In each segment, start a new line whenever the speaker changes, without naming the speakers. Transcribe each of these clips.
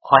欢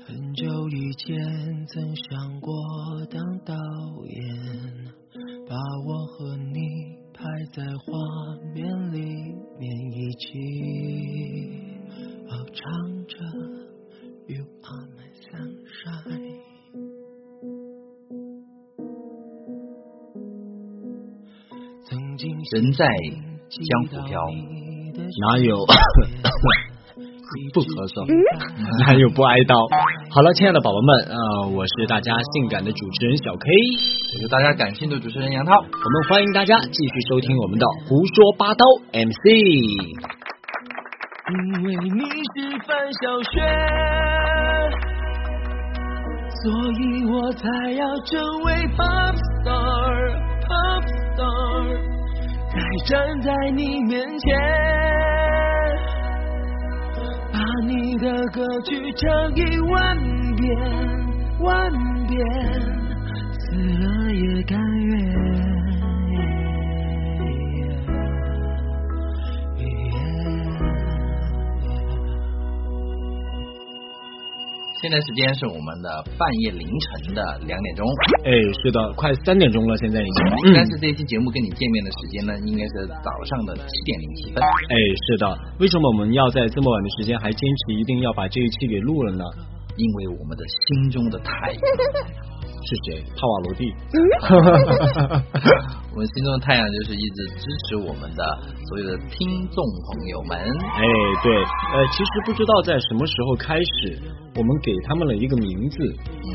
很久以前曾想过当导演，把我和你拍在画面里面一起，哦，唱着 You are my sunshine。曾经
人在江湖飘哪有 不咳嗽 哪有不挨刀？好了，亲爱的宝宝们，呃，我是大家性感的主持人小 K，
我是大家感兴趣的主持人杨涛。
我们欢迎大家继续收听我们的胡说八道 MC。
因为你是范晓萱，所以我才要成为 pop star pop star，才站在你面前，把你的歌曲唱一万遍万遍，死了也甘愿。
现在时间是我们的半夜凌晨的两点钟，
哎，是的，快三点钟了，现在已经。嗯
但是这期节目跟你见面的时间呢，应该是早上的七点零七分。
哎，是的，为什么我们要在这么晚的时间还坚持一定要把这一期给录了呢？
因为我们的心中的太 阳，
是谁？帕瓦罗蒂。嗯
我们心中的太阳就是一直支持我们的所有的听众朋友 们。
哎，对，呃，其实不知道在什么时候开始，我们给他们了一个名字，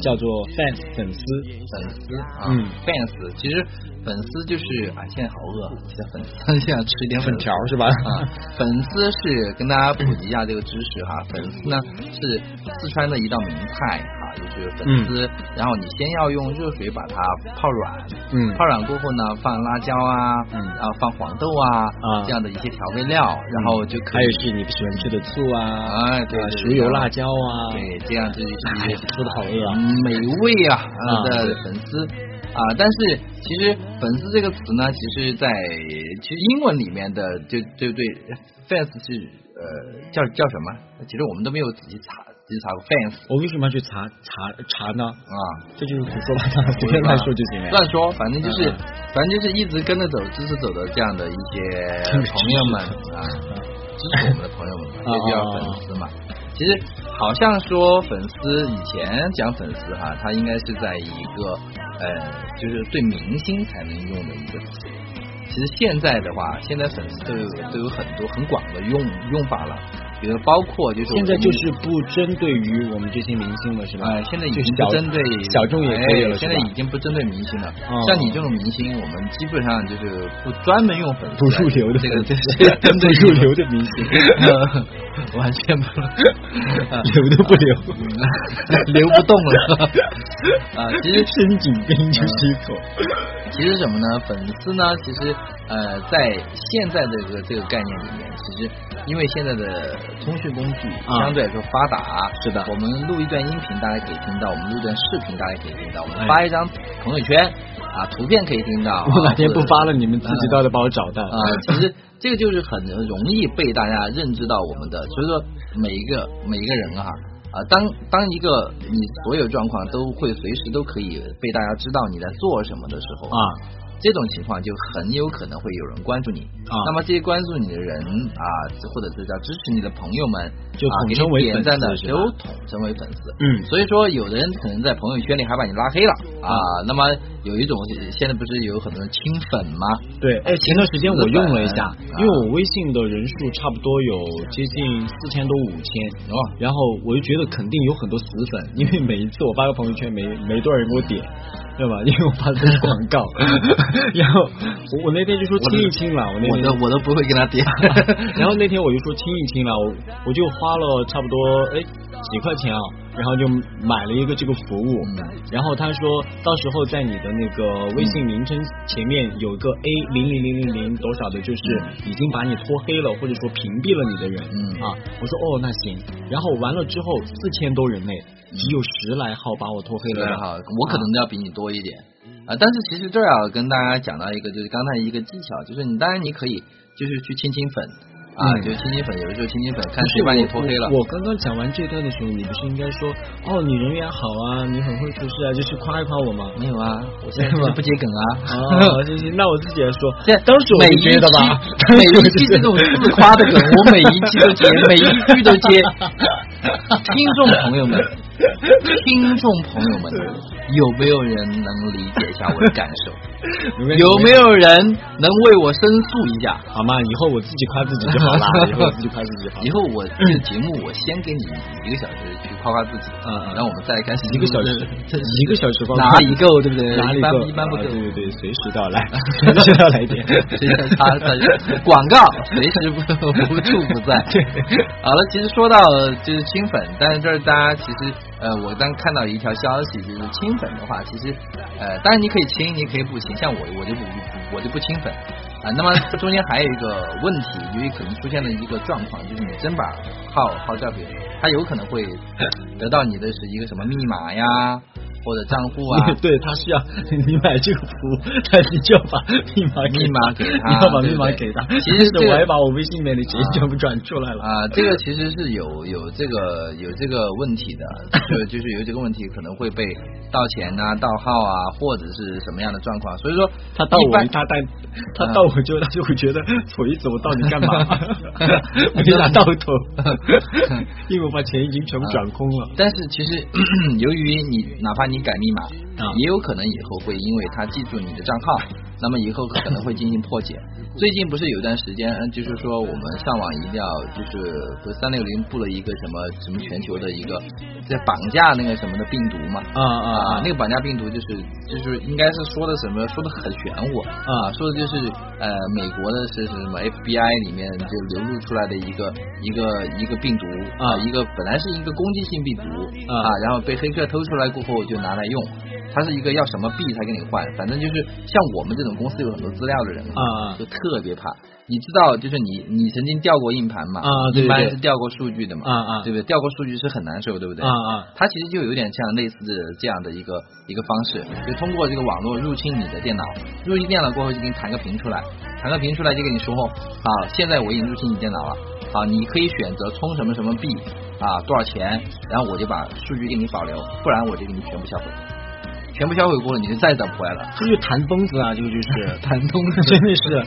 叫做 fans 粉丝。
粉丝啊、
嗯
fans，其实粉丝就是啊，现在好饿，现在粉丝现在吃一点粉条
是吧
啊，粉丝是跟大家普及一下这个知识哈，粉丝呢是四川的一道名菜哈、就是粉丝，然后你先要用热水把它泡软，
嗯
泡软过后呢放辣椒啊，
嗯
然后放黄豆啊
啊嗯
这样的一些调味料，然后就可
还有
以。
是你不喜欢吃的醋啊，
哎，对
啊，
对
熟油辣椒啊，
对，这样就是
哎说的好饿啊。
美味啊
啊
啊的粉丝啊，但是其实“粉丝”这个词呢，其实在其实英文里面的就对对，fans 是呃叫叫什么？其实我们都没有仔细查仔细查过 fans
我为什么要去查查查呢？
啊，
这就是胡说八 道，随便乱说就行了。
乱说，反正就是
嗯
反正就是一直跟着走、支持走的这样的一些朋友 们啊，
嗯
支持我们的朋友们嘛，
啊
这就叫粉丝嘛。其实好像说粉丝以前讲粉丝哈，它应该是在一个呃，就是对明星才能用的一个词。其实现在的话，现在粉丝都有都有很多很广的用用法了，比如包括就是我
现
们
在就是不针对于我们这些明星了，是吧？
哎，现在已
就
经
小
不针对
小众也可以了，
哎
是
现
吧
在已经不针对明星了
哦。
像你这种明星，我们基本上就是不专门用粉丝，
不入流的
这
粉
个
丝
这 是， 针
不
对
入流的明星，啊
呃，完 全不
留都不留，
流不动了。 啊，其实
生井冰就是一 口。
其实什么呢？粉丝呢，其实呃，在现在这个这个概念里面，其实因为现在的通讯工具
啊
相对来说发达，
是的
我们录一段音频，大家可以听到；我们录一段视频，大家可以听到；我
哎
们发一张朋友圈啊，图片可以听到。
我哪天
啊
不发了，你们自己
嗯
到底把我找到
啊、其实这个就是很容易被大家认知到我们的，所以说每一个每一个人啊。啊，当当一个你所有状况都会随时都可以被大家知道你在做什么的时候
啊，
这种情况就很有可能会有人关注你。
啊
那么这些关注你的人啊，或者是叫支持你的朋友们，
就
啊
统
给你
称为
点
粉
赞的
丝是吧
都统称为粉丝。
嗯
所以说有的人可能在朋友圈里还把你拉黑了啊。那么有一种现在不是有很多人清粉吗？
对，哎，前段时间我用了一下
啊，
因为我微信的人数差不多有接近四千多五千，
哦，
然后我就觉得肯定有很多死粉，因为每一次我发个朋友圈没没多少人给我点，对吧？因为我发的是广告， 然后我我那天就说清一清了，我那
我
天
都我 都不会跟他点。
然后那天我就说清一清了，我我就花了差不多哎几块钱啊，然后就买了一个这个服务，
嗯
然后他说到时候在你的那个微信名称前面有一
嗯
个 A 零零零零零多少的，就是已经把你拖黑了或者说屏蔽了你的人，
嗯
啊，我说哦那行，然后完了之后四千多人内
嗯
只有十来号把我拖黑了
对
的，
哈，我可能要比你多一点啊。但是其实这儿要跟大家讲到一个，就是刚才一个技巧，就是你当然你可以就是去亲亲粉啊，
嗯
就是亲亲粉，有的时候亲亲粉看
不
谁
是
把你拖黑了
我。我刚刚讲完这段的时候，你不是应该说哦，你人缘好啊，你很会处事啊，就是夸一夸我吗？
没有啊，我现在
是
就
吗
是不接梗啊。
哦，就是那我自己也说
这，
当时我
每
就
一
觉得吧
期，
当
每
时我
一
就
期
觉
这
得
种自夸的 梗，我每一期都接，每一句都接。听众 朋友们，听众朋友们，有没有人能理解一下我的感受？ 有没有人能为我申诉一下？
好嘛？以后我自己夸自己就 好了，以后我自己夸自己好了
以。后我这个节目，我先给你一个小时去夸夸自己，
嗯嗯
然后我们再开始
一个小时
嗯这，
一个小时光
哪里够，对不对？
哪里
一般
够？
一般不
啊
够。
对对对，随时到来，随时到来一点。
随时他他广告随时不无处不在。 好了，其实说到就是清粉，但是这儿大家其实呃，我刚看到一条消息，就是清粉的话，其实呃，当然你可以清，你也可以不清，像我我就不我就不清粉啊、那么中间还有一个问题，因为可能出现了一个状况，就是你真把号号交给他，有可能会得到你的是一个什么密码呀，或者账户 啊，
对，他是要你买这个服务，他你就要把密码
密码给他
你要把
对
密
不
码
对
给他。
其
但
实
是
这
我
个
还把我微信里面的钱全部转出来了。
啊，这个其实是有有这个有这个问题的，就就是有这个问题可能会被盗钱呐、盗号啊，或者是什么样的状况。所以说，
他到
一
我
般
他带他
啊？
到我就他就会觉得 我一走我到底干嘛 没拿到头，因为我把钱已经全部转空了。
但是其实 由于你哪怕你改密码，
啊
也有可能以后会因为他记住你的账号，那么以后可能会进行破解。最近不是有段时间，呃就是说我们上网一定要就是和三六零布了一个什么什么全球的一个在绑架那个什么的病毒嘛，
啊啊
啊，那个绑架病毒就是就是应该是说的什么，说的很玄乎啊，说的就是呃美国的是什么 FBI 里面就流露出来的一个一个一个病毒
啊
一个本来是一个攻击性病毒
啊
啊，然后被黑客偷出来过后就拿来用。它是一个要什么币才给你换，反正就是像我们这种公司有很多资料的人
啊啊
就特别怕。你知道，就是你你曾经调过硬盘嘛？
啊对对
一般
对
是调过数据的嘛？
啊啊
对不对？调过数据是很难受，对不对？
啊啊！
它其实就有点像类似的这样的一个一个方式，就通过这个网络入侵你的电脑，入侵电脑过后就给你弹个屏出来，弹个屏出来就跟你说，哦好，现在我已经入侵你电脑了，好，你可以选择充什么什么币啊，多少钱，然后我就把数据给你保留，不然我就给你全部销毁，全部销毁过后你就再也找不回来了。
这就是谈疯子啊，这个就是
弹东
真的是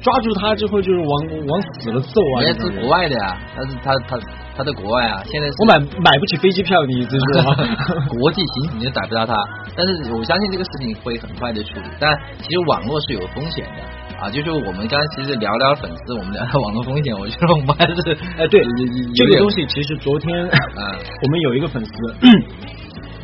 抓住他之后就是往往死了揍啊！
人
这
家
种
是
人
国外的呀，他是他他他在国外啊，现在是
我买买不起飞机票，你意思是 吗？
国际刑警就逮不到他。但是我相信这个事情会很快的处理。但其实网络是有风险的啊，就是我们刚才其实聊聊粉丝，我们聊聊网络风险，我觉得我们还是
哎，对
有有，
这个
有
东西其实 昨天
嗯
我们有一个粉丝。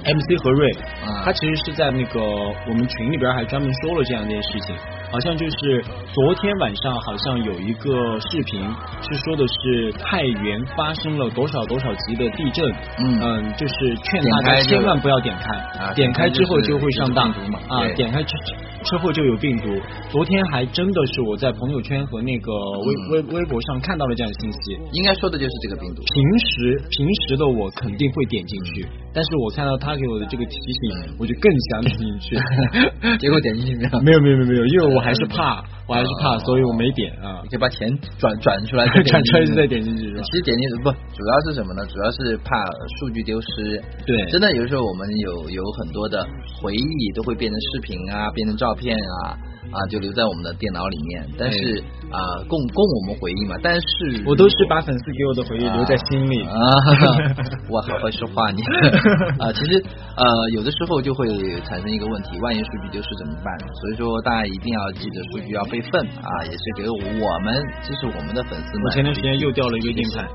MC 何瑞，
嗯
他其实是在那个我们群里边还专门说了这样的一件事情，好像就是昨天晚上好像有一个视频是说的是太原发生了多少多少级的地震，
嗯
就是劝
点
大家
开这
千
个
万不要点开，
啊
点开之后
点开就是
就会上当
病毒嘛
啊
对，
点开之之后就有病毒。昨天还真的是我在朋友圈和那个微、
嗯
微微博上看到了这样的信息，
应该说的就是这个病毒。
平时平时的我肯定会点进去，但是我看到他给我的这个提醒，我就更想点进 去。
结果点进去没有？
没有没有没有没有，因为我还是怕，我还是怕，所以我没点啊，
你。可以把钱转转出来
转出来就再点进去是吧
其实点进去不，主要是什么呢？主要是怕呃数据丢失。
对
真的有时候我们有有很多的回忆都会变成视频啊，变成照片啊。啊，就留在我们的电脑里面，但是啊、供供我们回忆嘛。但是
我都是把粉丝给我的回忆留在心里。
啊， 我好会说 话你啊，其实呃，有的时候就会产生一个问题，万一数据丢失怎么办？所以说大家一定要记得数据要备份啊，也是给我们，这是我们的粉丝们。
我前段时间又掉了一个硬盘，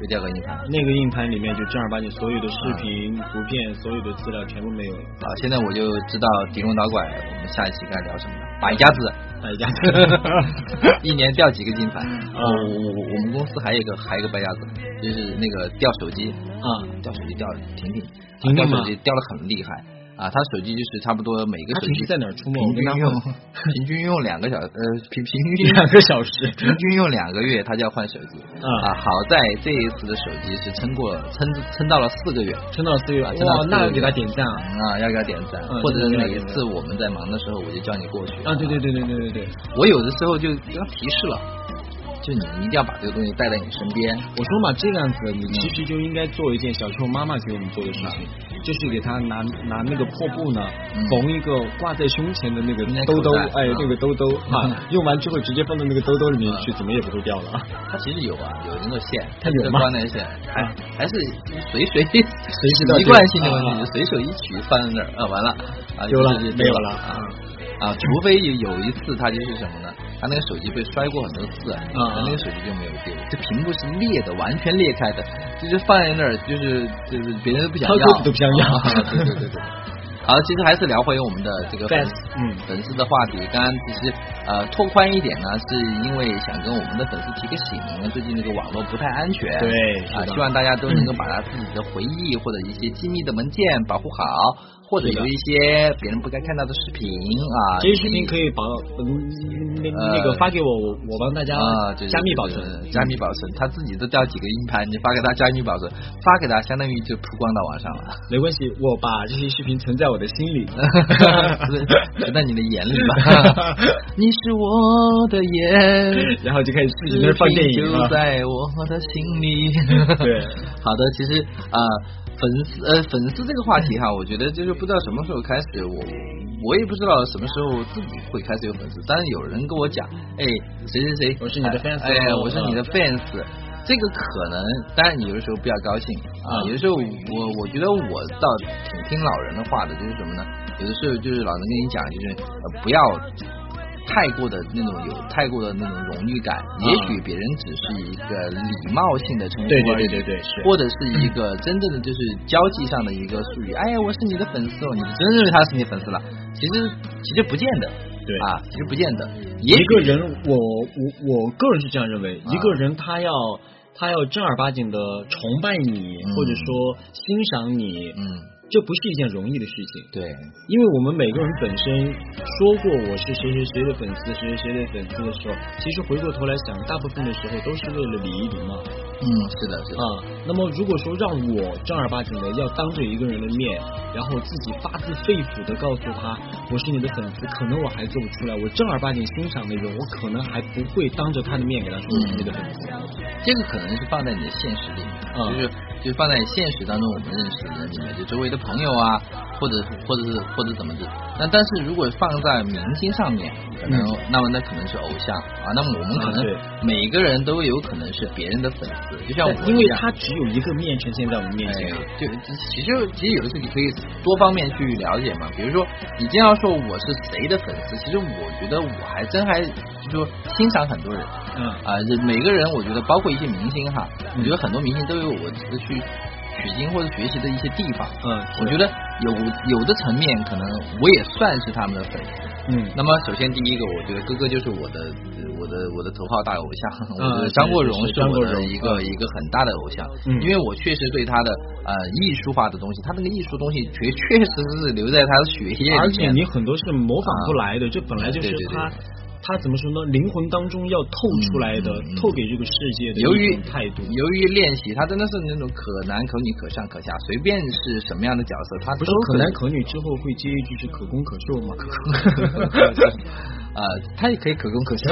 又掉个硬盘。
那个硬盘里面就正儿八经所有的视频、图片、所有的资料全部没有了。
好，现在我就知道狄龙打拐，我们下一期该聊什么了。摆家子，
败 家子
一年掉几个金牌？
啊
我我我我们公司还有一个还有一个败家子，就是那个掉手机，
啊，
掉手机掉婷婷，
婷婷
啊掉手
吗
机掉的很厉害啊，他手机就是差不多每个
他
手
平
机
时在哪儿出没？我
平
跟他混
均用 平均用两个小呃平平均
两个小时。
平均用两个月，他就要换手机
啊
啊。好在这一次的手机是撑过撑撑到了四个月，
陈老师有
啊陈老
哇
师，
那给他点赞啊！
啊，要给他点赞，
嗯
或者是
真的
哪
要
一
点赞
次我们在忙的时候，我就叫你过去
啊，对对，对对对对对，
我有的时候就给他提示了，就你一定要把这个东西带在你身边，
我说嘛，这样子你其实就应该做一件小时候妈妈给我们做的事情，就是给他拿拿那个破布呢
嗯，
缝一个挂在胸前的那个
那
兜兜
口袋，
哎
嗯，
那个兜兜啊，用完之后直接放到那个兜兜里面去，怎么也不会掉了。
它其实有啊，有那个线，
它有吗
关联线，还
啊
还是随随
随时都
习惯性的
丢
问
啊
题，就随手一取放在那儿啊，完了啊，
丢了
就就
没有
丢
了
了啊啊，除非有有一次他就是什么呢？他那个手机被摔过很多次，啊那个手机就没有丢，这屏幕是裂的，完全裂开的，就是放在那儿，就是就是别人都不想
掏
要
出，都不想要
啊对对对对。好，其实还是聊回我们的这个粉丝
Fans，嗯
粉丝的话题。刚刚其实呃拓宽一点呢，是因为想跟我们的粉丝提个醒，最近这个网络不太安全，
对
啊、
是的嗯
希望大家都能够把他自己的回忆或者一些机密的文件保护好，或者
是的
有一些别人不该看到的视频啊，
这些视频可以保，嗯那
呃
那个发给我，我我帮大家
啊，对对
加密
对
保
对
存嗯
对。加密保存，他自己都掉几个硬盘，你发给他加密保存，发给他相当于就曝光到网上 了。
没关系，我把这些视频存在我的心 里。
存在你的眼里 吧，你是我的眼，
然后就开始自己在那儿放电影啊
就
了。
在我的心里。
对，
啊 好的，其实呃，粉丝呃粉丝这个话题哈，我觉得就是不知道什么时候开始，我我也不知道什么时候自己会开始有粉丝，但是有人跟我讲，哎，谁谁谁，
我是你的 fans
哎，哎我是你的
嗯
fans。这个可能，当然你有的时候不要高兴啊，
嗯
有的时候我我觉得我倒挺听老人的话的，就是什么呢？有的时候就是老人跟你讲，就是、呃、不要太过的那种
哦
有太过的那种荣誉感，
嗯
也许别人只是一个礼貌性的称呼而
对
已，
对对对对，嗯是。
或者是一个真正的就是交际上的一个术语。哎呀，我是你的粉丝哦，你真认为他是你的粉丝了？其实其实不见得，
对嗯
啊，其实不见得。也
一
许啊
个人，我我我个人是这样认为，一个人他要他要正儿八经的崇拜你，
嗯
或者说欣赏你，
嗯，
这不是一件容易的事情。
对，
因为我们每个人本身说过我是谁谁谁的粉丝，谁谁谁的粉丝的时候，其实回过头来想，大部分的时候都是为了礼仪礼貌
嗯，是的，是的，
啊。那么如果说让我正儿八经的要当着一个人的面，然后自己发自肺腑的告诉他我是你的粉丝，可能我还做不出来。我正儿八经欣赏那种，我可能还不会当着他的面给他说我是你的粉
嗯
丝。
这个可能是放在你的现实里面，
嗯
就是就是放在现实当中我们认识的人里面，就周围的朋友啊，或者或者是或者怎么的。那但是如果放在明星上面，可能、那么那可能是偶像啊，那么我们
嗯
可
啊对
能每个人都有可能是别人的粉丝，就像我
因为
一样
他只有一个面呈现在我们面前啊。
哎、就其实其实有的时候你可以多方面去了解嘛，比如说你经常说我是谁的粉丝，其实我觉得我还真还就是说欣赏很多人
嗯，
啊、这每个人我觉得包括一些明星哈，
嗯
我觉得很多明星都有我值得去取经或者学习的一些地方。
嗯，
我觉得有有的层面可能我也算是他们的粉丝。
嗯，
那么首先第一个，我觉得哥哥就是我的呃我的我的头号大偶像，
嗯
我觉得张国荣
是是
是
张
我
国
的
荣
一个一个很大的偶像，
嗯
因为我确实对他的呃艺术化的东西，他那个艺术东西确确实是留在他的血液里面的，
而且你很多是模仿不来的，这本来就是
对对对
他他怎么说呢？灵魂当中要透出来的，
嗯嗯嗯
透给这个世界的
由于
一种态度。
由于练习，他真的是那种可男可女可上可下，随便是什么样的角色，他
不
都
是可
以
男可女之后会接一句是可攻可受吗？，
呃，他也可以可攻可受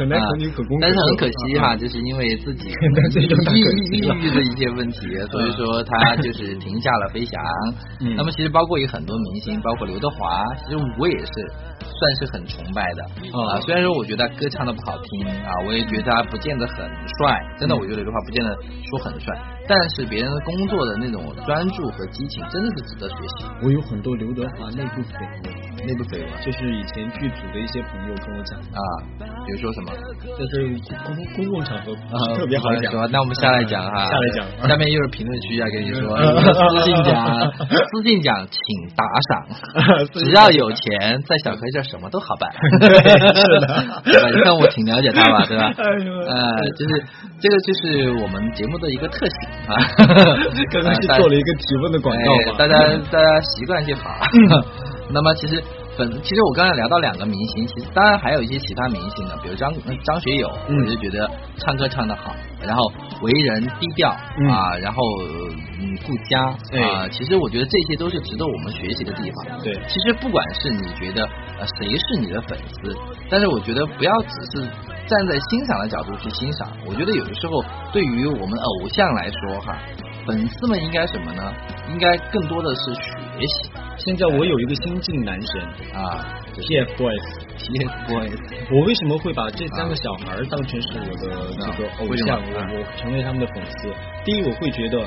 可男可女可攻可受
啊但是很可
啊
惜 哈，就是因为自己
但最终他
抑
可
抑
惜了
郁的一些问题，所以说他就是停下了飞翔。
嗯
那么其实包括有很多明星，包括刘德华，其实我也是算是很崇拜的
啊
啊。虽然说我觉得他歌唱的不好听啊，我也觉得他不见得很帅，真的，
嗯
我觉得刘德华不见得说很帅，但是别人的工作的那种专注和激情，真的是值得学习。
我有很多刘德华内部绯闻，
啊内部绯闻
就是以前剧组的一些朋友跟我讲的。
啊，比如说什么？
就是公公共场合不
啊
是特别好讲嗯啊
说。那我们下来讲哈，
下来讲
下面又是评论区啊，跟你说，
嗯
私信讲，私信讲，请打赏，
私信
只
讲
要有钱，在小黑这儿什么都好办。
对是的
对吧？你看我挺了解他吧，对吧？
哎呦。
呃，就是这个就是我们节目的一个特性啊
刚刚是做了一个提问的广告嗯
哎
吧？
大家大家习惯就好。 那么其实粉，其实我刚才聊到两个明星，其实当然还有一些其他明星的，比如张呃张学友，
嗯
我就觉得唱歌唱得好，然后为人低调、
嗯
啊，然后呃嗯顾家啊、
哎
其实我觉得这些都是值得我们学习的地方。
对
其实不管是你觉得呃谁是你的粉丝，但是我觉得不要只是站在欣赏的角度去欣赏。我觉得有的时候对于我们偶像来说哈，粉丝们应该什么呢？应该更多的是学习
现在我有一个新晋男神
啊
TFBOYS，
，TFBOYS
我为什么会把这三个小孩儿当成是我的这个偶
啊为什
像？
么
我
啊
我成为他们的粉丝。第一，我会觉得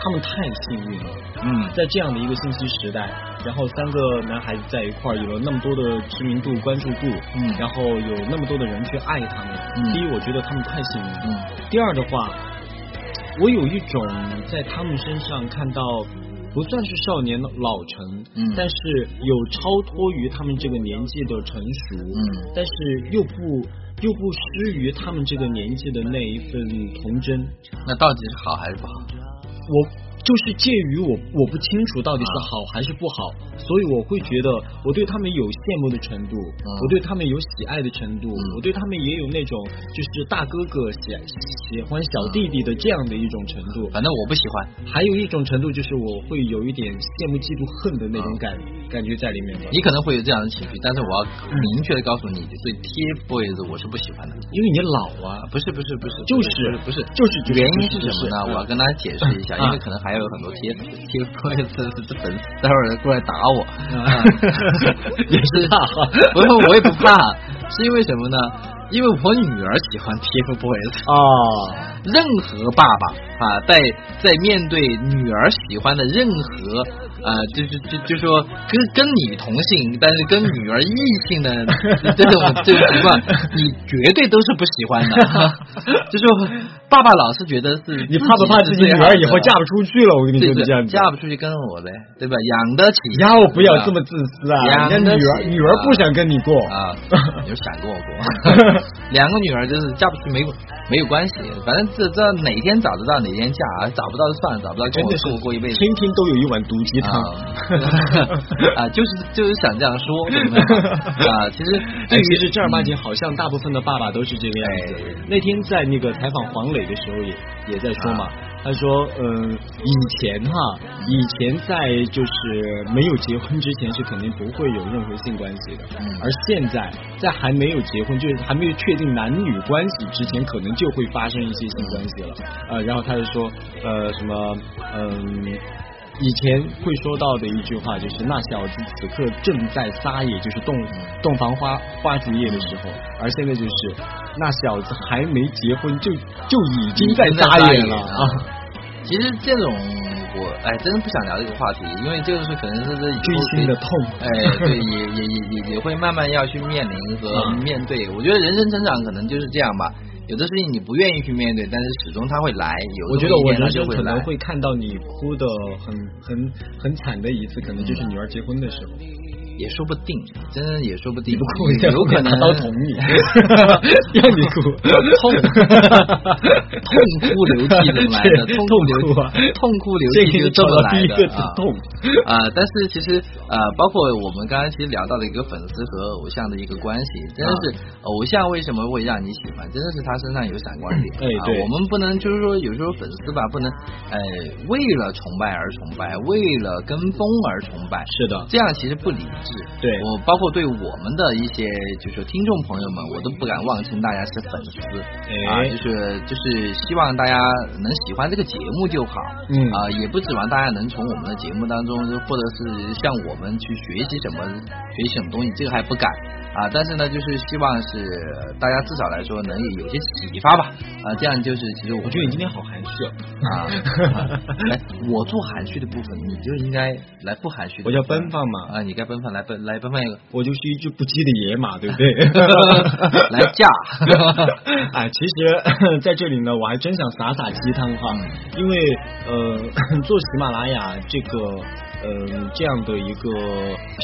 他们太幸运了。
嗯
在这样的一个信息时代，然后三个男孩子在一块儿有了那么多的知名度、关注度，
嗯
然后有那么多的人去爱他们。
嗯
第一，我觉得他们太幸运了。
嗯
第二的话，我有一种在他们身上看到。不算是少年老成，
嗯
但是有超脱于他们这个年纪的成熟，
嗯
但是又不又不失于他们这个年纪的那一份童真，
那到底是好还是不好？
我就是介于我我不清楚到底
啊
是好还是不好，所以我会觉得我对他们有羡慕的程度，
啊
我对他们有喜爱的程度，
嗯
我对他们也有那种就是大哥哥喜喜欢小弟弟的这样的一种程度，
嗯反正我不喜欢，
还有一种程度就是我会有一点羡慕嫉妒恨的那种感、感觉在里面吧。
啊你可能会有这样的情绪，但是我要明确的告诉你，对 TFBOYS 我是不喜欢的。
因为你老啊，
不是不是不是，
就
不
是
不是
就是就是
原因是
就是就是
什么呢？我要跟大家解释一下，
嗯
因为可能还有很多 TFBOYS 的粉丝待会儿过来打我，
嗯 也是怕哈
不是啊我也不怕，是因为什么呢？因为我女儿喜欢 TFBOYS，
哦，
任何爸爸啊，在在面对女儿喜欢的任何呃，就是就就说跟跟你同性，但是跟女儿异性的这种这种 情况，你绝对都是不喜欢的。就说爸爸老是觉得 是
你怕不怕自己
是
女
最好
儿
的
以后嫁不出去了？我跟你
啊对
说，
对
你这样子。
嫁不出去跟我呗，对吧？养得起
呀，我不要这么自私 啊！
养
人家
得
女儿
起
女儿不想跟你过，
啊，有闪过我过， 两个女儿就是嫁不出去没有没有关系，反正这这哪天找得到哪天嫁啊，找不到就算了，找不到跟
真
我
的是
跟我过一辈子。
天天都有一碗毒鸡汤
啊。啊，就是就是想这样说，对不对啊，其 实嗯哎
哎，
对于
其实正儿八经，好像大部分的爸爸都是这个样子。那天在那个采访黄磊的时候也，也在说
啊
嘛，他说，嗯，以前哈，
嗯
以前在就是没有结婚之前是肯定不会有任何性关系的，
嗯
而现在在还没有结婚，就是还没有确定男女关系之前，可能就会发生一些性关系了。呃，然后他就说，呃，什么，嗯。以前会说到的一句话就是“那小子此刻正在撒野”，就是洞洞房花花烛夜的时候，而现在就是“那小子还没结婚就就已经在撒野了啊
哎其实这种我哎，真的不想聊这个话题，因为这个是可能是这以”，
锥
后
心的
对
痛。
哎，对，也也也也也会慢慢要去面临和
嗯
面对。我觉得人生成长可能就是这样吧，有的事情你不愿意去面对，但是始终它会来。有
我
这
觉得我
么一天它
人
就
生
会
可能
来
会看到你哭的很很很惨的一次，可能就是女儿结婚的时候。
也说不定，真的也说不定
你不哭一下，，
有可能
我拿刀捅你， 让你哭，
痛痛哭流涕怎么来 的？
对
痛哭流
痛哭啊
涕，痛哭流
这
涕
个
就是这么
第
来
一
的
个字
啊！
痛。
啊、但是其实呃，包括我们刚刚其实聊到了一个粉丝和偶像的一个关系，真
啊
的是、呃偶像为什么会让你喜欢，真的是他身上有闪光点。
哎对
啊，我们不能就是说有时候粉丝吧，不能呃为了崇拜而崇拜，为了跟风而崇拜，
是的，
这样其实不理智。
对
我包括对我们的一些就是听众朋友们，我都不敢妄称大家是粉丝、啊，
哎
就是就是希望大家能喜欢这个节目就好。
嗯
啊、也不指望大家能从我们的节目当中，或者是向我们去学习什么，学习什么东西，这个还不敢啊。啊，但是呢，就是希望是呃大家至少来说能有些启发吧，啊，这样就是其实我
我觉得你今天好含蓄哦，
啊，啊来，我做含蓄的部分，你就应该来不含蓄的部
我
分，
叫奔放嘛，
啊，你该奔放，来奔来奔放一个，
我就是一只不羁的野马，对不对？
来嫁，
哎，其实 在这里呢，我还真想撒撒鸡汤哈，因为呃， 做喜马拉雅这个呃这样的一个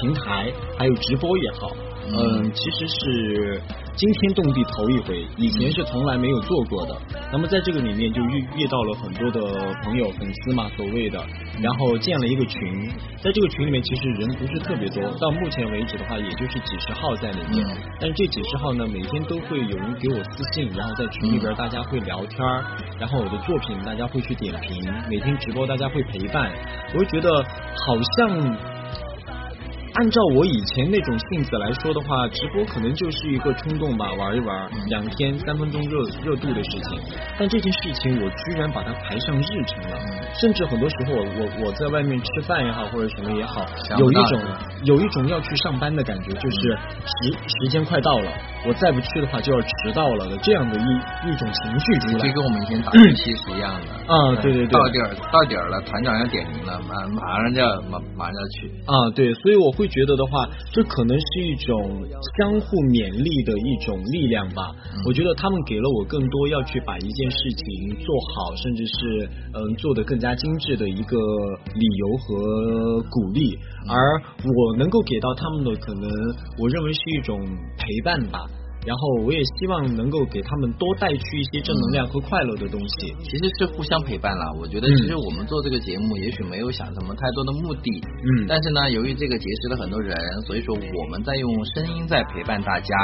平台，还有直播也好，嗯、
嗯
其实是惊天动地头一回，以前是从来没有做过的。那么在这个里面就遇遇到了很多的朋友粉丝嘛，所谓的，然后建了一个群，在这个群里面其实人不是特别多，到目前为止的话，也就是几十号在里面。
嗯
但是这几十号呢，每天都会有人给我私信，然后在群里边大家会聊天儿，然后我的作品大家会去点评，每天直播大家会陪伴，我就觉得好像。按照我以前那种性子来说的话，直播可能就是一个冲动吧，玩一玩，两天三分钟热热度的事情。但这件事情我居然把它排上日程了，甚至很多时候我我我在外面吃饭也好，或者什么也好，
想
有
不
一
到
种有一种要去上班的感觉，就是时时间快到了，我再不去的话就要迟到了的这样的一一种情绪出来
这。跟我们以前打游戏是一样的。
啊，对对对
到，点儿到点儿了，团长要点名了，马马上就要马马上就要去。
啊，对，所以我会觉得的话，这可能是一种相互勉励的一种力量吧。我觉得他们给了我更多要去把一件事情做好，甚至是嗯做得更加精致的一个理由和鼓励，而我能够给到他们的，可能我认为是一种陪伴吧。然后我也希望能够给他们多带去一些正能量和快乐的东西。
其实是互相陪伴啦。我觉得
嗯
其实我们做这个节目，也许没有想什么太多的目的，
嗯
但是呢，由于这个结识了很多人，所以说我们在用声音在陪伴大家，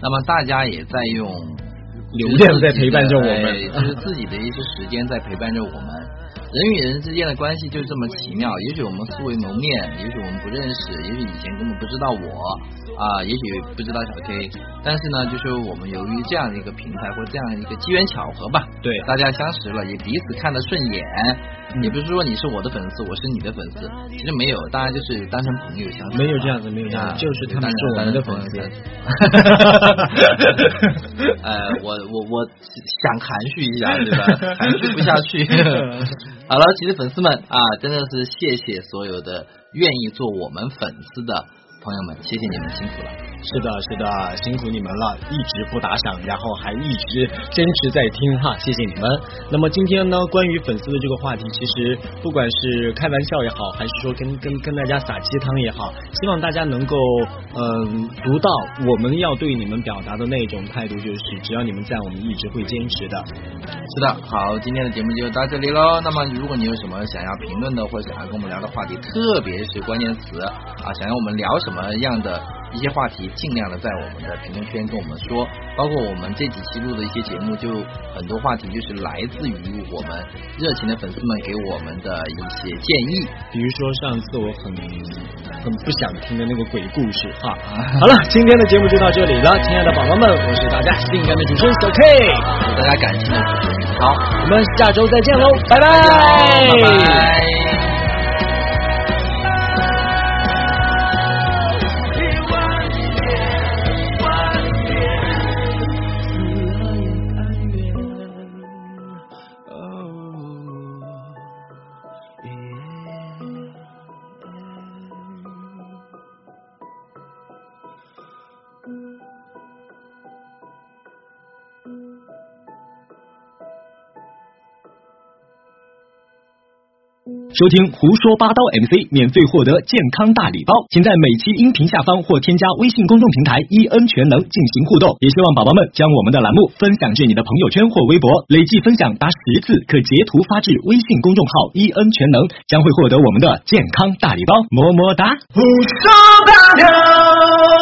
那么大家也在用
流量在陪伴着我们
哎就是自己的一些时间在陪伴着我们。人与人之间的关系就是这么奇妙，也许我们素未谋面，也许我们不认识，也许以前根本不知道我啊，也许不知道小 K，但是呢，就是我们由于这样一个平台或这样一个机缘巧合吧，
对
大家相识了，也彼此看得顺眼，
嗯
也不是说你是我的粉丝，我是你的粉丝，其实没有，大家就是当成朋友相处。
没有这样子，没有这样
啊
子，就是他们是我们的粉丝。
呃，我我我想含蓄一下，对吧？含蓄不下 去。好了，其实粉丝们啊，真的是谢谢所有的愿意做我们粉丝的朋友们，谢谢你们辛苦了。
是的，是的，辛苦你们了，一直不打赏，然后还一直坚持在听哈，谢谢你们。那么今天呢，关于粉丝的这个话题，其实不管是开玩笑也好，还是说跟跟跟大家撒鸡汤也好，希望大家能够嗯、读到我们要对你们表达的那种态度，就是只要你们在，我们一直会坚持的。
是的，好，今天的节目就到这里喽。那么，如果你有什么想要评论的，或者想要跟我们聊的话题，特别是关键词啊，想要我们聊什么样的一些话题，尽量的在我们的评论圈跟我们说。包括我们这几期录的一些节目，就很多话题就是来自于我们热情的粉丝们给我们的一些建议。
比如说上次我很很不想听的那个鬼故事哈。
啊
好了，今天的节目就到这里了，亲爱的宝宝们，我是大家性感的主持人小 K。
祝大家感谢的主持人，好，
我们下周再见喽，拜拜，
拜拜
死了也甘愿。哦，耶
收听胡说八道 MC，免费获得健康大礼包，请在每期音频下方或添加微信公众平台“一恩全能”进行互动。也希望宝宝们将我们的栏目分享至你的朋友圈或微博，累计分享达十次，可截图发至微信公众号“一恩全能”，将会获得我们的健康大礼包，么么哒。
胡说八道。